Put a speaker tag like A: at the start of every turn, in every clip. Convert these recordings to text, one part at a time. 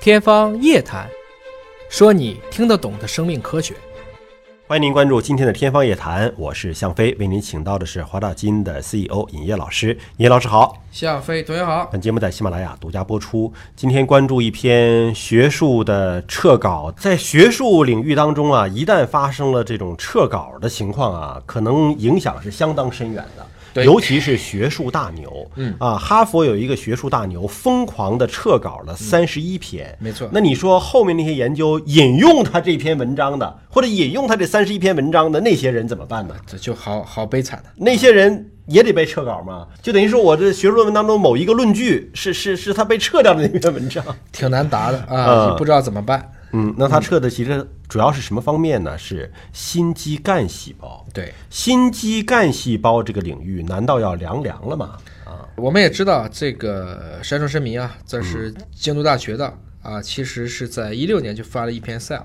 A: 天方夜谭，说你听得懂的生命科学。
B: 欢迎您关注今天的《天方夜谭》，我是向飞，为您请到的是华大基因的 CEO 尹烨老师。尹烨老师好，
C: 向飞同学好。
B: 本节目在喜马拉雅独家播出。今天关注一篇学术的撤稿，在学术领域当中啊，一旦发生了这种撤稿的情况啊，可能影响是相当深远的。
C: 对
B: 尤其是学术大牛，嗯啊，哈佛有一个学术大牛疯狂的撤稿了三十一篇，
C: 嗯没错
B: 那你说后面那些研究引用他这篇文章的，或者引用他这三十一篇文章的那些人怎么办呢？
C: 这就好好悲惨的、
B: 那些人也得被撤稿吗？就等于说我这学术论文当中某一个论据是是是他被撤掉的那篇文章。
C: 挺难答的啊，也不知道怎么办。
B: 嗯，那他撤的其实主要是什么方面呢？是心肌干细胞。
C: 对，
B: 心肌干细胞这个领域难道要凉凉了吗？啊，
C: 我们也知道这个山中申迷啊，这是京都大学的、啊，其实是在一六年就发了一篇 Cell，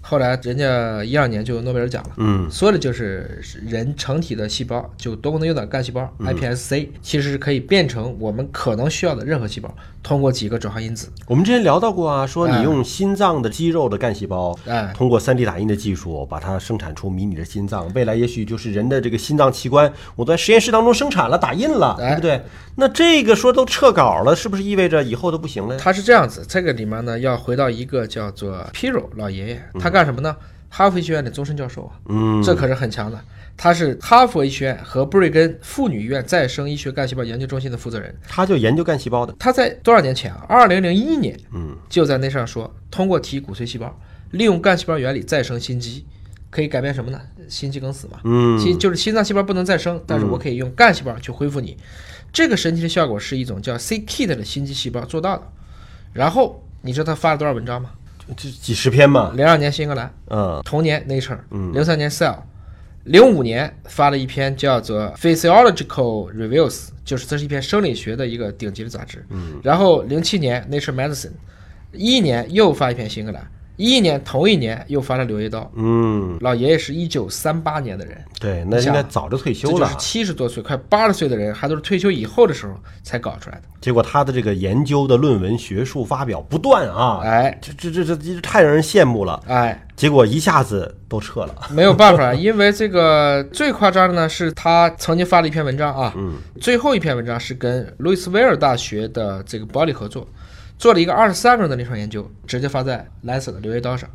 C: 后来人家一二年就诺贝尔奖了。
B: 嗯，
C: 说的就是人成体的细胞，就多功能诱导干细胞 iPSC，、其实是可以变成我们可能需要的任何细胞，通过几个转化因子。
B: 我们之前聊到过啊，说你用心脏的肌肉的干细胞，
C: 哎
B: 通过 3D 打印的技术把它生产出迷你的心脏，未来也许就是人的这个心脏器官，我在实验室当中生产了，打印了，对
C: 哎
B: 不对？那这个说都撤稿了，是不是意味着以后都不行了呀？
C: 他是这样子，这个里面呢要回到一个叫做 Piro 老爷爷，他干什么呢？哈佛医学院的终身教授啊，
B: 嗯，
C: 这可是很强的。他是哈佛医学院和布瑞根妇女医院再生医学干细胞研究中心的负责人。
B: 他就研究干细胞的，
C: 他在多少年前啊？二零零一年
B: 嗯，
C: 就在那上说，通过提骨髓细胞，利用干细胞原理再生心肌，可以改变什么呢？心肌梗死嘛。
B: 嗯
C: 心就是心脏细胞不能再生，但是我可以用干细胞去恢复你。这个神奇的效果是一种叫 c-kit 的心肌细胞做到的。然后你知道他发了多少文章吗？
B: 这这几十篇嘛，
C: 零二年新英格兰，
B: 嗯
C: 同年 Nature，零三年 Cell，零五年发了一篇叫做 Physiological Reviews，就是这是一篇生理学的一个顶级的杂志。嗯，然后零七年 Nature Medicine，一一年又发一篇新英格兰，一一年同一年又发了《柳叶刀》。
B: 嗯，
C: 老爷爷是一九三八年的人，
B: 对，那应该早就退
C: 这
B: 休
C: 就
B: 了啊
C: 是。七十多岁、快八十岁的人，还都是退休以后的时候才搞出来的。
B: 结果他的这个研究的论文学术发表不断啊，
C: 哎
B: 这这这这这太让人羡慕了。
C: 哎，
B: 结果一下子都撤了。
C: 没有办法，因为这个最夸张的呢，是他曾经发了一篇文章啊，
B: 嗯
C: 最后一篇文章是跟路易斯维尔大学的这个保利合作，做了一个二十三个人的临床研究，直接发在《Lancet》的《柳叶刀》上，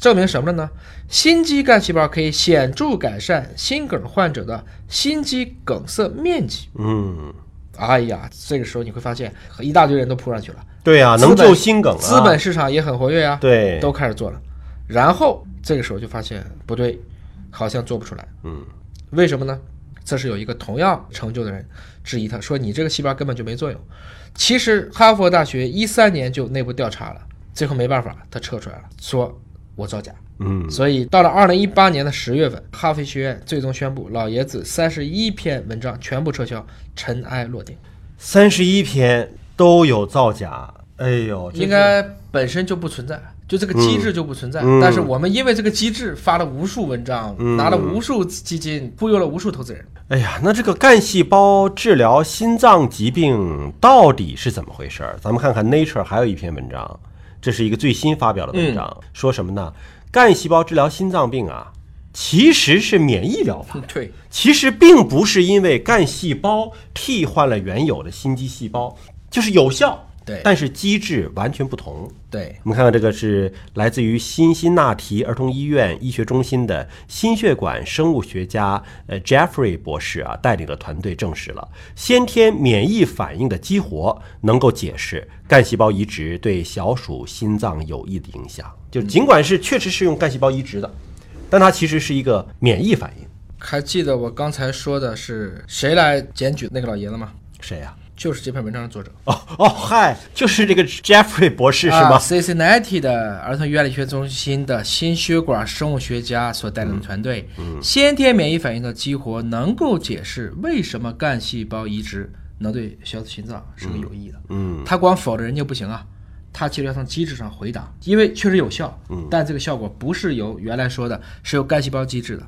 C: 证明什么了呢？心肌干细胞可以显著改善心梗患者的心肌梗塞面积。
B: 嗯，
C: 哎呀，这个时候你会发现一大堆人都扑上去了，
B: 对呀、
C: 资
B: 能
C: 本
B: 救心梗啊，
C: 资本市场也很活跃啊呀、
B: 对，
C: 都开始做了。然后这个时候就发现不对，好像做不出来。
B: 嗯，
C: 为什么呢？这是有一个同样成就的人质疑他说：“你这个细胞根本就没作用。”其实哈佛大学一三年就内部调查了，最后没办法，他撤出来了，说我造假。
B: 嗯，
C: 所以到了二零一八年的十月份，哈佛学院最终宣布，老爷子三十一篇文章全部撤销，尘埃落定。
B: 三十一篇都有造假，哎呦，这
C: 应该本身就不存在，就这个机制就不存在。
B: 嗯
C: 但是我们因为这个机制发了无数文章，拿了无数基金，忽悠了无数投资人。
B: 哎呀，那这个干细胞治疗心脏疾病到底是怎么回事儿？咱们看看 Nature 还有一篇文章，这是一个最新发表的
C: 嗯
B: 文章，说什么呢？干细胞治疗心脏病啊，其实是免疫疗法。
C: 对，
B: 其实并不是因为干细胞替换了原有的心肌细胞，就是有效，
C: 对
B: 但是机制完全不同。
C: 对，
B: 我们看看这个是来自于辛辛那提儿童医院医学中心的心血管生物学家呃 Jeffrey 博士啊带领的团队证实了，先天免疫反应的激活能够解释干细胞移植对小鼠心脏有益的影响。就是尽管是确实是用干细胞移植的，但它其实是一个免疫反应。
C: 还记得我刚才说的是谁来检举那个老爷子吗？
B: 谁呀、
C: 就是这篇文章的作者，
B: 哦哦，嗨，就是这个 Jeffrey 博士是
C: 啊
B: 吗？
C: ？Cincinnati 的儿童医院医学中心的心血管生物学家所带领
B: 嗯
C: 的团队，先天免疫反应的激活能够解释为什么干细胞移植能对小心脏是个有益的。
B: 嗯
C: 他光否着人家不行啊，他其实要从机制上回答，因为确实有效，但这个效果不是由原来说的是由干细胞机制的。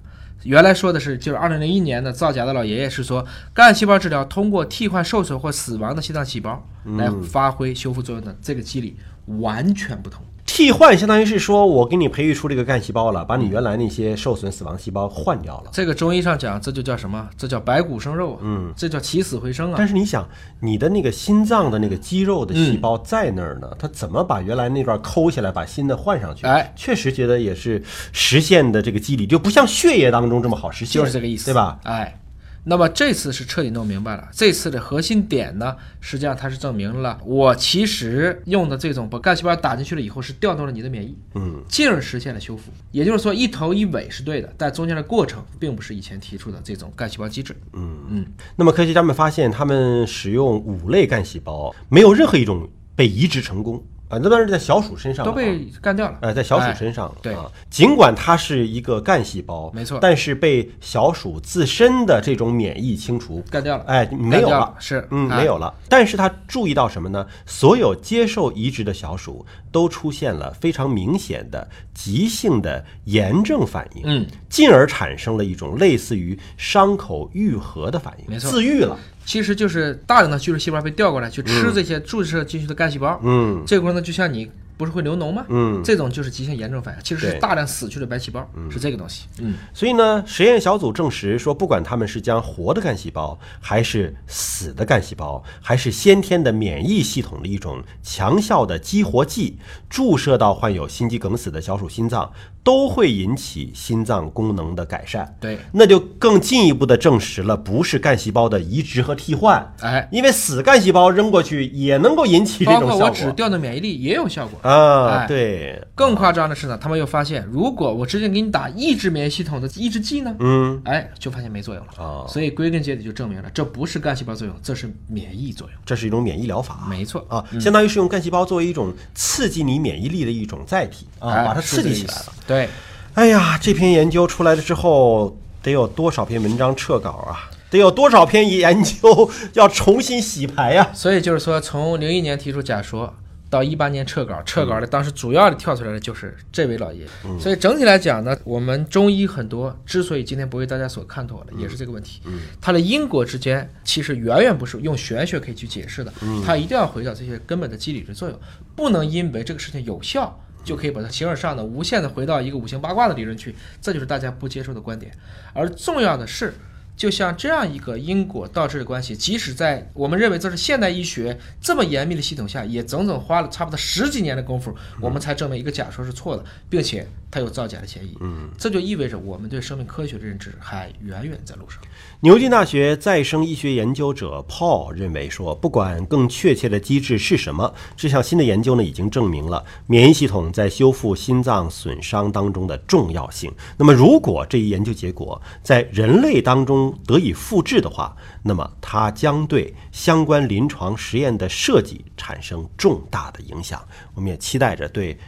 C: 原来说的是，就是二零零一年的造假的老爷爷是说，干细胞治疗通过替换受损或死亡的心脏细胞来发挥修复作用的这个机理完全不同。
B: 替换相当于是说我给你培育出这个干细胞了，把你原来那些受损死亡细胞换掉了。
C: 这个中医上讲，这就叫什么？这叫白骨生肉啊，嗯，这叫起死回生啊。
B: 但是你想，你的那个心脏的那个肌肉的细胞在那儿呢，它怎么把原来那段抠下来，把新的换上去？
C: 嗯哎，
B: 确实觉得也是实现的这个机理，就不像血液当中这么好实现，
C: 就是这个意思，
B: 对吧？？
C: 哎，那么这次是彻底弄明白了。这次的核心点呢，实际上它是证明了我其实用的这种把干细胞打进去了以后，是调动了你的免疫，
B: 嗯，
C: 进而实现了修复。也就是说，一头一尾是对的，但中间的过程并不是以前提出的这种干细胞机制。
B: 嗯
C: 嗯
B: 那么科学家们发现，他们使用五类干细胞，没有任何一种被移植成功啊。那当然是在小鼠身上
C: 都
B: 了啊
C: 被干掉了。
B: 呃，在小鼠
C: 哎
B: 身上，
C: 对
B: 啊，尽管它是一个干细胞，
C: 没错
B: 但是被小鼠自身的这种免疫清除，
C: 干掉了，
B: 哎，没
C: 干
B: 有
C: 掉
B: 了
C: 了，，是，
B: 嗯，
C: 哎
B: 没有了。但是他注意到什么呢？所有接受移植的小鼠都出现了非常明显的急性的炎症反应，
C: 嗯，
B: 进而产生了一种类似于伤口愈合的反应，
C: 没错
B: 自愈了，
C: 其实就是大量的巨噬细胞被调过来去吃这些注射进去的干细胞，
B: 嗯
C: 这个过程中就像你不是会流脓吗？
B: 嗯。
C: 这种就是急性炎症反应，其实
B: 对
C: 是大量死去的白细胞，是这个东西。嗯，
B: 所以呢，实验小组证实说，不管他们是将活的干细胞，还是死的干细胞，还是先天的免疫系统的一种强效的激活剂注射到患有心肌梗死的小鼠心脏，都会引起心脏功能的改善。
C: 对，
B: 那就更进一步的证实了，不是干细胞的移植和替换，
C: 哎，
B: 因为死干细胞扔过去也能够引起这
C: 包
B: 种
C: 括我
B: 效
C: 只
B: 果
C: 调动免疫力也有效果。
B: 啊。
C: 哎
B: 对，
C: 更夸张的是呢，他们又发现，如果我直接给你打抑制免疫系统的抑制剂呢，
B: 嗯，
C: 哎，就发现没作用了。
B: 哦
C: 所以归根结底就证明了，这不是干细胞作用，这是免疫作用。
B: 这是一种免疫疗法。
C: 没错，
B: 啊，相当于是用干细胞作为一种刺激你免疫力的一种载体啊，
C: 哎
B: 把它刺激起。
C: 是
B: 来
C: 这
B: 了
C: 个意。思对，
B: 哎呀，这篇研究出来了之后，得有多少篇文章撤稿啊？得有多少篇研究要重新洗牌啊呀、
C: 所以就是说，从零一年提出假说到一八年撤稿，撤稿的当时主要的跳出来的就是这位老爷。所以整体来讲呢，我们中医很多之所以今天不为大家所看透了，也是这个问题。它的因果之间其实远远不是用玄学可以去解释的，它一定要回到这些根本的机理的作用，不能因为这个事情有效。就可以把它形而上的无限的回到一个五行八卦的理论去，这就是大家不接受的观点。而重要的是，就像这样一个因果倒置的关系，即使在我们认为这是现代医学这么严密的系统下，也整整花了差不多十几年的功夫，我们才证明一个假说是错的，并且它有造假的嫌疑。嗯，这就意味着我们对生命科学的认知还远远在路上。
B: 牛津大学再生医学研究者 Paul 认为说，不管更确切的机制是什么，这项新的研究呢已经证明了免疫系统在修复心脏损伤当中的重要性。那么，如果这一研究结果在人类当中得以复制的话，那么它将对相关临床实验的设计产生重大的影响。我们也期待着对